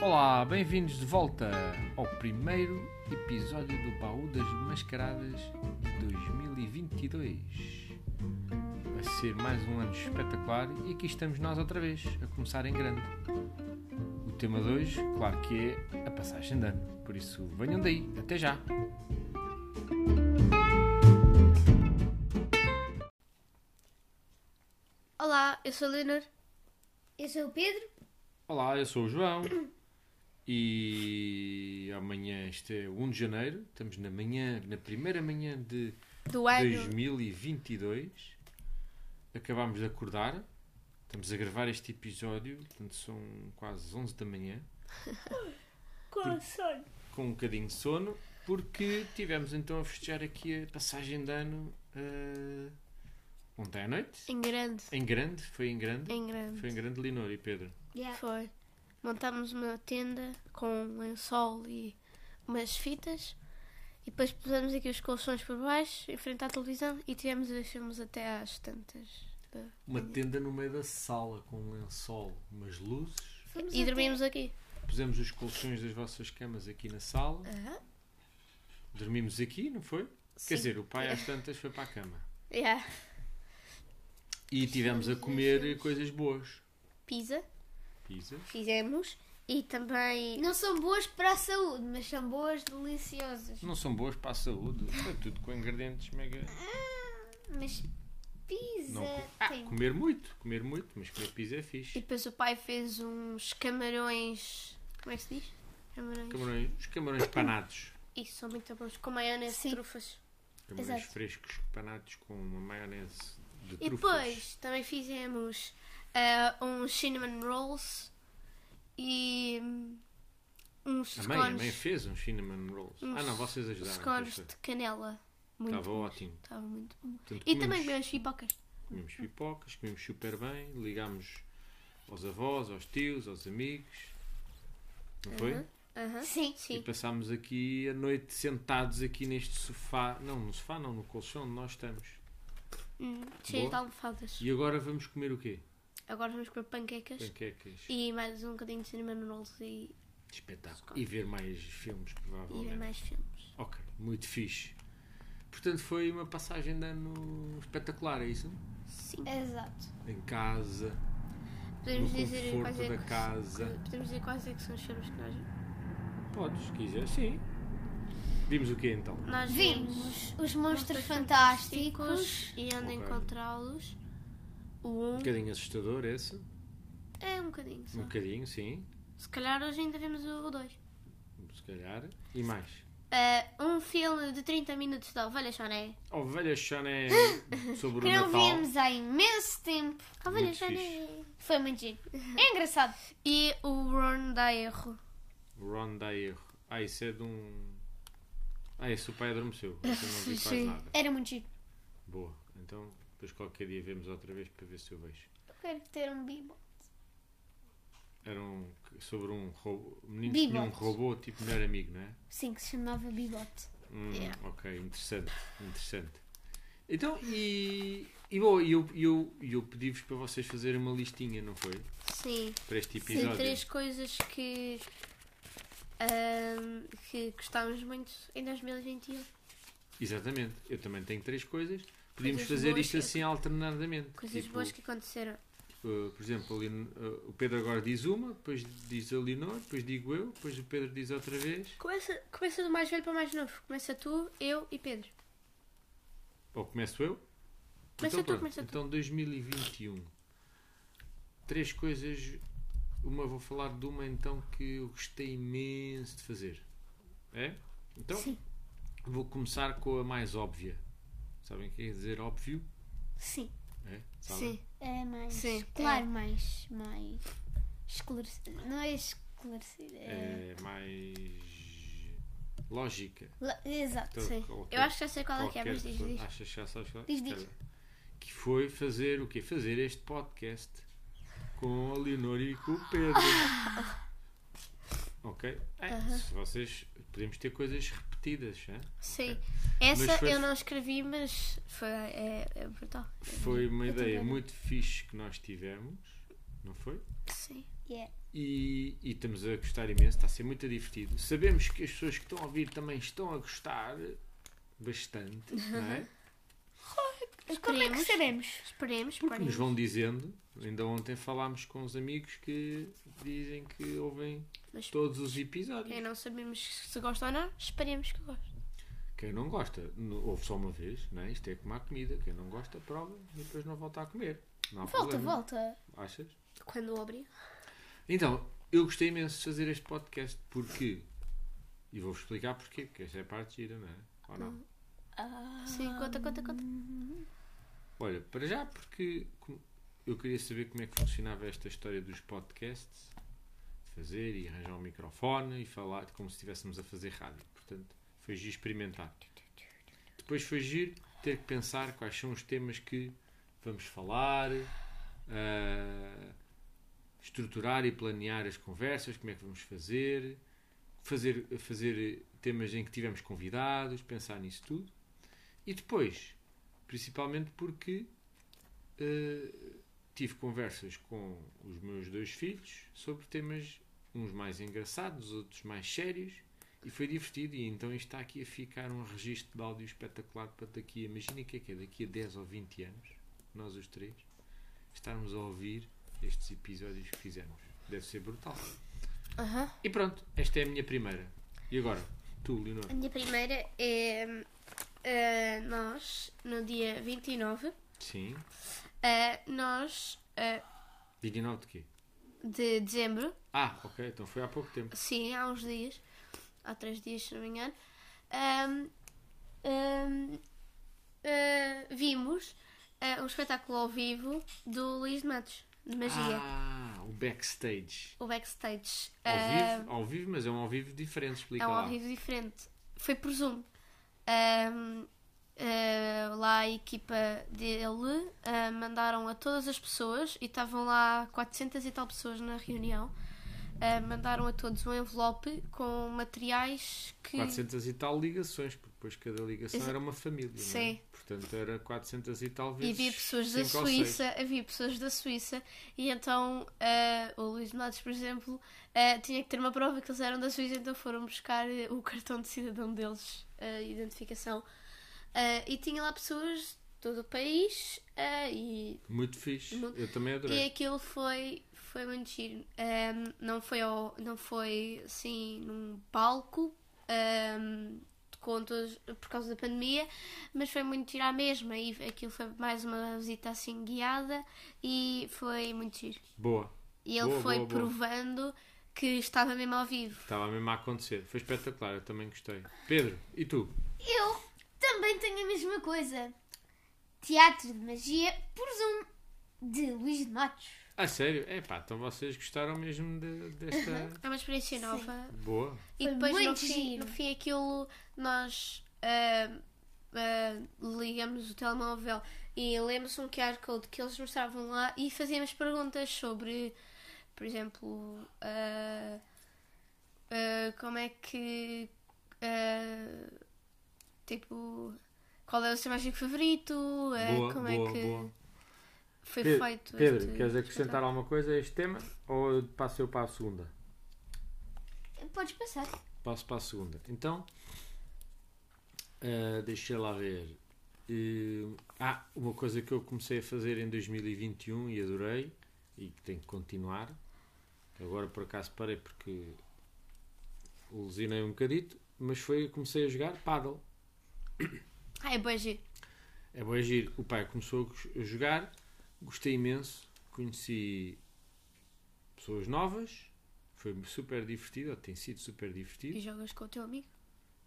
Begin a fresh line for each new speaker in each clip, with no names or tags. Olá, bem-vindos de volta ao primeiro episódio do Baú das Mascaradas de 2022. Vai ser mais um ano espetacular e aqui estamos nós outra vez, a começar em grande. O tema de hoje, claro que é a passagem de ano, por isso venham daí, até já!
Olá, eu sou a Leonor.
Eu sou o Pedro.
Olá, eu sou o João e amanhã, isto é 1 de janeiro, estamos na manhã, na primeira manhã de
Do ano.
2022. Acabámos de acordar. Estamos a gravar este episódio, portanto são quase 11 da manhã,
Com sono.
com um bocadinho de sono, porque tivemos então a festejar aqui a passagem de ano eh, ontem à noite.
Em grande.
Em grande, foi em grande.
Em grande.
Foi em grande Linor e Pedro.
Foi. Montámos uma tenda com um lençol e umas fitas. E depois pusemos aqui os colchões por baixo, em frente à televisão, e tivemos a ver filmes até às tantas. da-
Uma tenda no meio da sala com um lençol, umas luzes.
Fomos
E
até-
dormimos aqui.
Pusemos os colchões das vossas camas aqui na sala. Dormimos aqui, não foi? Quer dizer, o pai às tantas foi para a cama.
Yeah.
E tivemos a comer coisas boas.
Pizza,
Pizza.
fizemos. E também.
Não são boas para a saúde, mas são boas, deliciosas.
Não são boas para a saúde. Foi tudo com ingredientes mega.
Mas pizza
é,
Não,
ah,
Comer muito, comer muito, mas comer pizza é
E
fixe.
depois o pai fez uns camarões. Como é que se diz? Camarões.
Camarões, os camarões panados.
Isso, são muito bons. Com maionese,
Sim.
trufas.
Camarões
Exato.
frescos panados com uma maionese de
E
trufas.
depois também fizemos ah, uns cinnamon rolls e hum, uns
A mãe, a mãe
scones,
fez uns cinnamon rolls. Ah, não, vocês ajudaram. pois
scones
foi.
de canela. Muito
Estava
bons.
ótimo.
Estava muito bom.
Portanto,
E também
comemos-
comemos pipocas.
Comemos pipocas, comemos super bem, ligámos aos avós, aos tios, aos amigos. Não foi?
Uhum. Aham.
Sim.
E
Sim.
passámos aqui a noite sentados aqui neste sofá. Não, no sofá não, no colchão onde nós estamos.
Hum, Cheias
Tipo, Boa.
de almofadas.
E agora vamos comer o quê? é
Agora vamos comer panquecas
Panquecas.
e mais um bocadinho de cinnamon rolls e,
Espetáculo. E ver mais filmes,
e
provavelmente.
ver mais filmes.
Ok, muito fixe. Portanto, foi uma passagem de ano espetacular, é isso?
Sim.
Exato.
Em casa,
Podemos
no
dizer
conforto
quais é
da
que-
casa.
Podemos dizer quais é que são os filmes que nós,
Podes, se quiser, sim. Vimos o quê então?
nós vimos.
Vimos os monstros fantásticos.
e ando
Ok.
a encontrá-los. O
Um
1
bocadinho assustador esse.
é um bocadinho só.
Um bocadinho, sim.
Se calhar hoje ainda vemos o 2.
Se calhar. E mais?
Eh,
um filme de 30 minutos da Ovelha Choné.
Ovelha Chané sobre o
Que não
Natal.
víamos há imenso tempo.
A Ovelha
Muito
Choné.
Foi muito giro. É engraçado.
E o Ron dá erro.
Ron dá erro. Ah, isso é de um. Ah, esse o pai adormeceu. Então não vi quase
Sim.
nada.
Era muito giro.
Boa. Então, depois qualquer dia vemos outra vez para ver se eu vejo.
Eu quero ter um bibo.
Era um... sobre um robô. Um menino que tinha um
Bebop.
robô tipo melhor amigo, não é?
Sim, que se chamava Bibote.
Hum,
Yeah.
Ok, interessante. Interessante. Então, e. E bom, e eu, e eu, e eu pedi-vos para vocês fazerem uma listinha, não foi?
Sim.
Para este
De
episódio.
três coisas que. ahm, que gostávamos muito em 2021.
Exatamente. Eu também tenho três coisas. Podíamos
Coisas
fazer
boas
isto
e-
assim alternadamente.
Coisas
Tipo,
boas que aconteceram.
Uh, por exemplo, ali, uh, o Pedro agora diz uma, depois diz a Leonor, depois digo eu, depois o Pedro diz outra vez.
Começa, começa do mais velho para o mais novo. Começa tu, eu e Pedro.
Ou começo eu?
Começa
então,
tu,
pronto.
começa tu.
Então, 2021. Três coisas. Uma, vou falar de uma então que eu gostei imenso de fazer. É? Então,
Sim.
vou começar com a mais óbvia. Sabem o que quer dizer óbvio?
Sim.
É? Sabem?
Sim.
É mais.
Sim.
Claro, mais. Mais. Esclarecida. Não é esclarecida. É...
É mais. lógica.
La- Exato.
Então,
Sim.
qualquer-
Eu acho que já sei qual é que é,
qualquer
mas diz,
pessoa-
diz.
Achas que já sabes qual é?
Diz,
Se
diz.
calhar. Que foi fazer o quê? Fazer este podcast com a Leonor e com o Pedro. Ok? É, Se vocês. Podemos ter coisas repetidas, é? hã?
Sim.
Ah, Ok.
Essa
Mas foi-
eu não escrevi, mas foi, é, é brutal.
Foi uma
Eu
Uhum.
ideia
também.
muito fixe que nós tivemos. não foi?
Sim.
Yeah.
E, e estamos a gostar imenso, está a ser muito divertido. Sabemos que as pessoas que estão a ouvir também estão a gostar bastante, não é?
Como é que
Esperemos.
sabemos?
Esperemos,
que nos
esperemos.
vão dizendo. Ainda ontem falámos com uns amigos que dizem que ouvem
Mas
todos os episódios.
quem não sabemos se gosta ou não, esperemos que goste.
Quem não gosta, no- ouve só uma vez, não é? Isto é como a comida. Quem não gosta, prova e depois não volta a comer. Não há
Volta,
problema.
volta.
Achas?
Quando obriga.
Então, eu gostei imenso de fazer este podcast porque. E vou-vos explicar porquê, porque esta é a parte gira, não é? Ou não? Ah.
Sim, conta, conta, conta.
Olha, para já, porque com- eu queria saber como é que funcionava esta história dos podcasts, de fazer e arranjar um microfone e falar como se estivéssemos a fazer rádio. Portanto, foi giro experimentar. Depois foi giro ter que pensar quais são os temas que vamos falar, ah, estruturar e planear as conversas, como é que vamos fazer, fazer, fazer temas em que tivemos convidados, pensar nisso tudo. E depois, principalmente porque eh, tive conversas com os meus dois filhos sobre temas, uns mais engraçados, outros mais sérios, e foi divertido. E então isto está aqui a ficar um registro de áudio espetacular para daqui, imagina que é que é, daqui a 10 ou 20 anos, nós os três, estarmos a ouvir estes episódios que fizemos. Deve ser brutal.
Aham.
E pronto, esta é a minha primeira. E agora, tu, Leonor?
A minha primeira é hum, eh, nós, no dia 29,
Sim.
eh, nós eh,
29 de quê?
de dezembro,
Ah, ok, então foi há pouco tempo.
sim, há uns dias, há três dias se não me engano, hum, hum, eh, vimos eh, um espetáculo ao vivo do Luís de Matos, de Magia,
Ah, o backstage.
o backstage.
Ao
eh,
vivo, ao vivo, mas é um ao vivo diferente, explica
É um
lá.
ao vivo diferente. Foi por Zoom. Ahm, ah, lá a equipa dele ah, mandaram a todas as pessoas e estavam lá 400 e tal pessoas na reunião. ah, mandaram a todos um envelope com materiais que.
400 e tal ligações, porque depois cada ligação
Exa-
era uma família, não é?
Sim.
Portanto, era 400 e tal vezes
E havia pessoas da
cinco ou seis.
Suíça, havia pessoas da Suíça, e então ah, o Luís Matos, por exemplo, ah, tinha que ter uma prova que eles eram da Suíça, então foram buscar eh, o cartão de cidadão deles, a identificação. Ah, e tinha lá pessoas de todo o país, ah, e,
Muito fixe.
Muito-
Eu também
e
adorei.
aquilo foi, foi muito giro. Ahm, não, foi ao- não foi assim num palco. ahm, com todos- por causa da pandemia, mas foi muito giro à mesma e aquilo foi mais uma visita assim guiada e foi muito giro.
Boa.
E ele
Boa,
foi
boa, boa.
provando que estava mesmo ao vivo.
Estava mesmo a acontecer. Foi espetacular, eu também gostei. Pedro, e tu?
Eu também tenho a mesma coisa. Teatro de magia por Zoom de Luís de Matos.
A sério? É pá, então vocês gostaram mesmo de- desta.
É uma experiência nova.
Boa.
E
Foi
depois no
muito
fim,
giro.
no fim aquilo nós ah, ah, ligamos o telemóvel e lemos um QR Code que eles mostravam lá e fazíamos perguntas sobre, por exemplo, ah, ah, como é que ah, tipo qual é o seu mágico favorito, ah,
boa,
como
boa,
é que
boa.
foi
Pedro,
feito.
Pedro
este
queres acrescentar alguma coisa a este tema? Ou eu passo eu para a segunda?
Podes passar.
Passo para a segunda. Então, ah, deixa lá ver. Eh, ah, uma coisa que eu comecei a fazer em 2021 e adorei e que tem que continuar. Agora por acaso parei porque lesionei um bocadito, mas foi comecei a jogar paddle.
espetáculo. Ah, é bom giro.
É bom agir. O pai começou a jogar, gostei imenso, conheci pessoas novas, foi super divertido, ou tem sido super divertido.
E jogas com o teu amigo?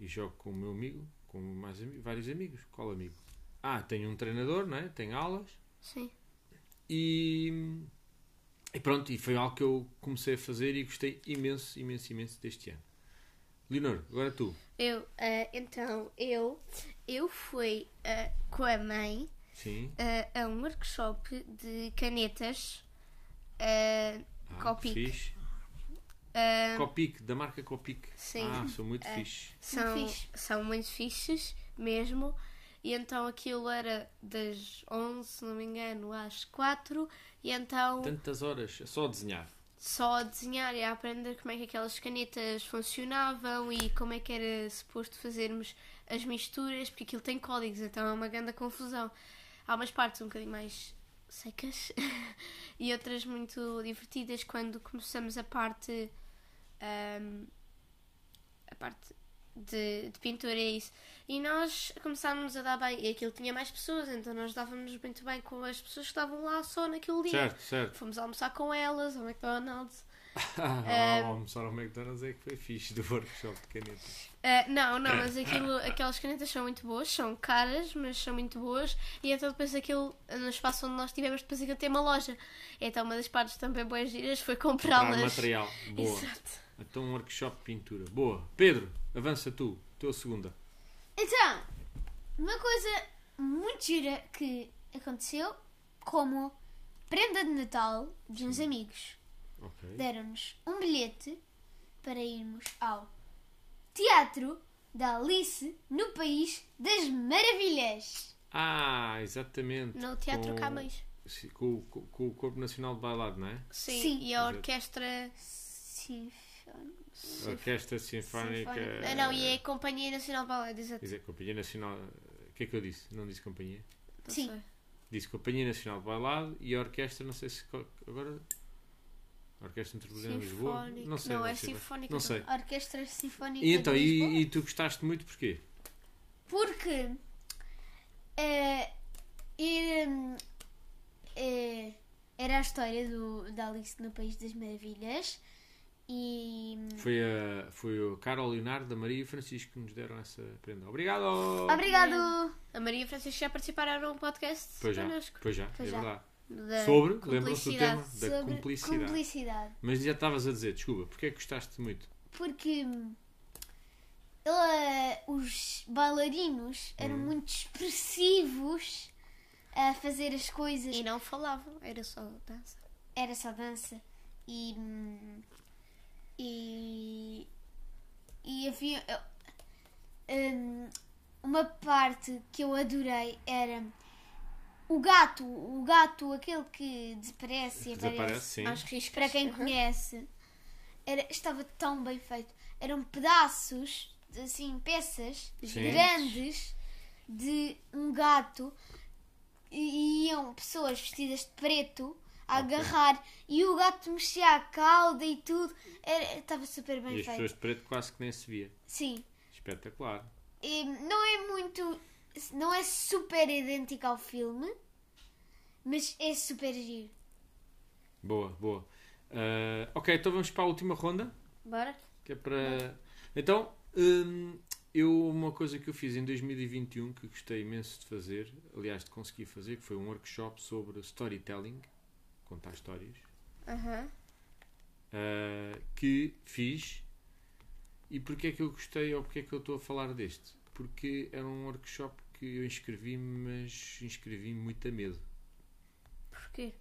e jogo com o meu amigo, com mais ami- vários amigos. Qual amigo? Ah, tenho um treinador, não é? Tenho aulas
Sim.
e, e pronto, e foi algo que eu comecei a fazer e gostei imenso, imenso, imenso deste ano. Leonor, agora tu.
Eu, ah, então, eu, eu fui ah, com a mãe
Sim.
ah, a um workshop de canetas ah,
Ah,
Copic.
Fixe.
ah,
Copic, da marca Copic.
Sim. É.
Ah, sou muito fixe.
são,
Muito fixe.
são muito fixes mesmo E então aquilo era das 11, se não me engano, às 4. E então
Tantas horas, só a desenhar.
só a desenhar e a aprender como é que aquelas canetas funcionavam e como é que era suposto fazermos as misturas, porque aquilo tem códigos, então é uma grande confusão. Há umas partes um bocadinho mais secas e outras muito divertidas quando começamos a parte ahm, a parte de, de pintura e isso. E nós começámos a dar bem, e aquilo tinha mais pessoas, então nós dávamos muito bem com as pessoas que estavam lá só naquele dia.
Certo, certo.
Fomos almoçar com elas ao McDonald's.
Ah, almoçar ao McDonald's é que foi fixe do workshop de canetas.
Ah, não, não, mas aquilo, aquelas canetas são muito boas, são caras, mas são muito boas. E então depois aquilo, no espaço onde nós estivemos, depois aquilo tem uma loja. Então uma das partes também boas giras foi
Comprar
comprá-las.
material. Boa.
Exato.
Então um workshop de pintura. Boa. Pedro, avança tu. Tua segunda.
Então, uma coisa muito gira que aconteceu como prenda de Natal de uns amigos.
Ok.
deram-nos um bilhete para irmos ao Teatro da Alice no País das Maravilhas.
Ah, exatamente.
No Teatro
Com-
Camões.
Sim, Com, com- com o Corpo Nacional de Bailado, não é?
Sim,
Sim.
e a
Exato.
orquestra.
Sim,
A Orquestra Sinfónica.
Sinfónica.
Ah, não, e a Companhia Nacional de Ballet, exato.
Quer dizer, Companhia Nacional. O que é que eu disse? Não disse Companhia?
Não
Sim.
sei.
Disse Companhia Nacional de Bailado e a Orquestra, não sei se. co- Agora. a Orquestra Metropolitana de Lisboa?
Sinfónica.
Não sei.
Não, é
sei bem.
Sinfónica
Não
do- Ah, é
sei.
Orquestra Sinfónica
E então,
de Lisboa.
e, e tu gostaste muito porquê?
Porque eh, e, hum, eh, era a história do, da Alice no País das Maravilhas e... hum,
Foi, a, foi o Carol Leonardo, da Maria e o Francisco que nos deram essa prenda. Obrigado!
Obrigado!
A Maria e o Francisco já participaram num podcast
Pois já,
connosco.
pois já,
Pois
é
já.
verdade.
Da
Sobre, lembram-se do tema
cumplicidade.
da
Sobre
cumplicidade.
cumplicidade.
Mas já estavas a dizer, desculpa, porque é que gostaste muito?
porque hum, ela- os bailarinos eram muito expressivos a fazer as coisas.
E não falavam, era só dança.
Era só dança e hum, e e havia hum, uma parte que eu adorei era o gato, o gato aquele que desaparece e
Desaparece,
aparece.
sim.
Aos riscos.
para quem
Uhum.
conhece, era- estava tão bem feito. Eram pedaços, assim, peças
Sim.
grandes de um gato e iam pessoas vestidas de preto a
Ok.
agarrar e o gato mexia a cauda e tudo. Era- estava super bem
E as
feito.
pessoas de preto quase que nem se via.
Sim.
Espetacular.
E não é muito. Não é super idêntico ao filme, mas é super giro.
Boa, boa. Ah, ok, então vamos para a última ronda.
Bora?
Que é para. Então, hum, eu uma coisa que eu fiz em 2021 que gostei imenso de fazer, aliás, de conseguir fazer, que foi um workshop sobre storytelling, contar histórias,
Aham.
ah, que fiz. E porque é que eu gostei ou porque é que eu estou a falar deste? Porque era um workshop que eu inscrevi-me, mas inscrevi-me muito a medo.
Porquê?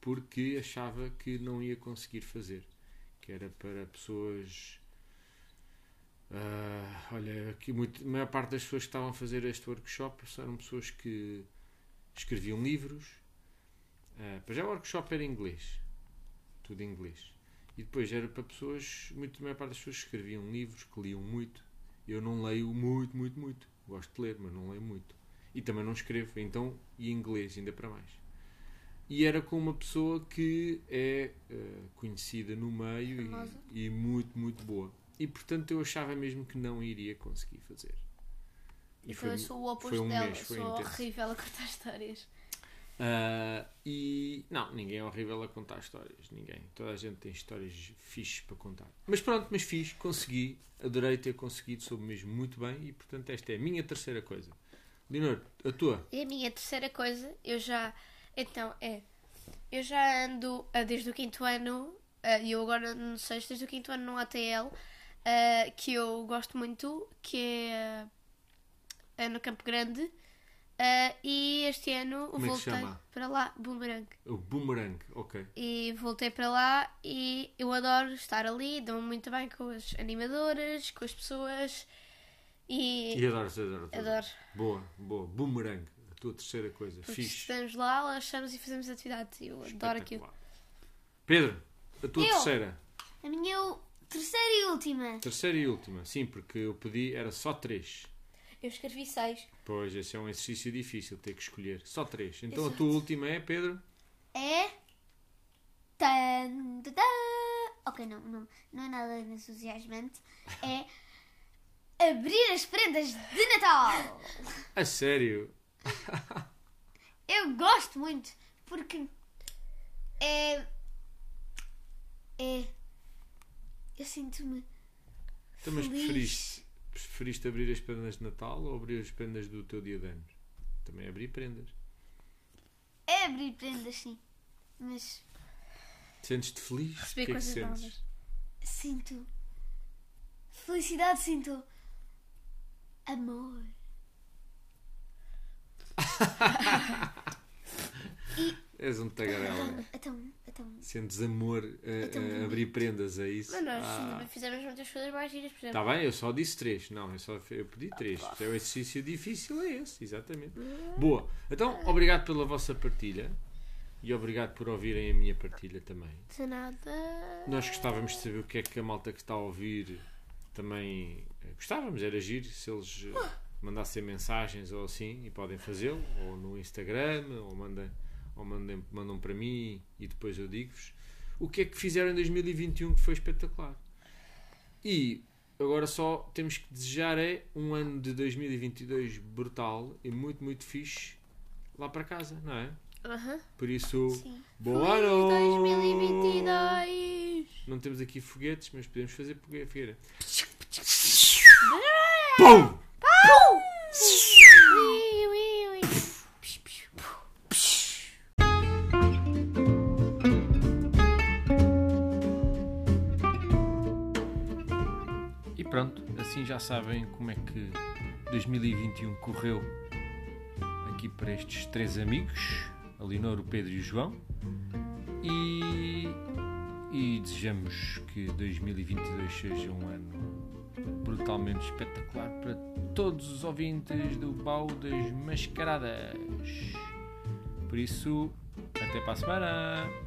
porque achava que não ia conseguir fazer. Que era para pessoas. Ah, olha, aqui muito, a maior parte das pessoas que estavam a fazer este workshop eram pessoas que escreviam um livros. Ah, para já o workshop era em inglês, tudo em inglês. E depois era para pessoas, muito a maior parte das pessoas que escreviam livros, que liam muito. Eu não leio muito, muito, muito. Gosto de ler, mas não leio muito. E também não escrevo, então, e inglês ainda para mais e era com uma pessoa que é eh, conhecida no meio
Famosa.
e- e, muito, muito boa. E portanto eu achava mesmo que não iria conseguir fazer.
E foi, eu sou o oposto
foi um
dela,
mês, foi
sou
intenso.
horrível a contar histórias.
Ah, e não, ninguém é horrível a contar histórias, ninguém. Toda a gente tem histórias fixes para contar. Mas pronto, mas fiz, consegui, adorei ter conseguido, soube mesmo muito bem e portanto esta é a minha terceira coisa. Leonor, a tua?
E a minha terceira coisa, eu já. Então, é. Eu já ando ah, desde o quinto ano, ah, e eu agora não sei, desde o quinto ano num ATL, ah, que eu gosto muito, que é, ah, é no Campo Grande. ah, e este ano
Como é que se
voltei
chama?
para lá, Boomerang.
O boomerang, ok.
E voltei para lá e eu adoro estar ali, dou-me muito bem com as animadoras, com as pessoas E,
E é adoro, adoro, adoro.
adoro.
Boa, boa. Boomerang, a tua terceira coisa.
Porque
Fixe.
estamos lá, lanchamos e fazemos atividade. Eu adoro aquilo.
Espetacular. Pedro, a tua
Eu?
terceira.
A minha u- terceira e última.
Terceira e última. Sim, porque eu pedi, era só três.
Eu escrevi seis.
Pois, esse é um exercício difícil, ter que escolher. Só três. Então a tua última é, Pedro?
É. Tan, tan, tan. Ok, não, não, não é nada entusiasmante. É. Abrir as prendas de Natal!
A sério?
Eu gosto muito porque é. É. Eu sinto-me.
Então, mas
Feliz.
preferiste, preferiste abrir as prendas de Natal ou abrir as prendas do teu dia de anos? Também abri prendas.
É abrir prendas, sim. Mas
Sentes-te feliz?
Receber
o que é que
coisas
sentes?
novas.
sinto. Felicidade, sinto. Amor.
És um tagarela.
Então, então.
Sentes amor
tão
a, a
bonito.
abrir prendas, é isso?
Mas nós
Ah.
também fizemos muitas coisas mais giras, por exemplo.
Está bem, eu só disse três. Não, eu, só, eu pedi
Ah,
três. É um exercício difícil, é esse, exatamente. Boa. Então, obrigado pela vossa partilha e obrigado por ouvirem a minha partilha também.
De nada.
Nós gostávamos de saber o que é que a malta que está a ouvir também eh, gostávamos, era agir, se eles eh, mandassem mensagens ou assim, e podem fazê-lo, ou no Instagram, ou mandem, ou mandem, mandam para mim e depois eu digo-vos o que é que fizeram em 2021 que foi espetacular. E agora só temos que desejar é um ano de 2022 brutal e muito, muito fixe lá para casa, não Oh. é?
Aham.
Por isso,
Sim.
bom ano!
um! 2022.
Não temos aqui foguetes, mas podemos fazer fogue- fogueira. Pum!
Ui, ui, ui.
E pronto, assim já sabem como é que 2021 correu aqui para estes três amigos, a Leonor, o Pedro e o João. E, e desejamos que 2022 seja um ano brutalmente espetacular para todos os ouvintes do Baú das Mascaradas. Por isso, até para a semana!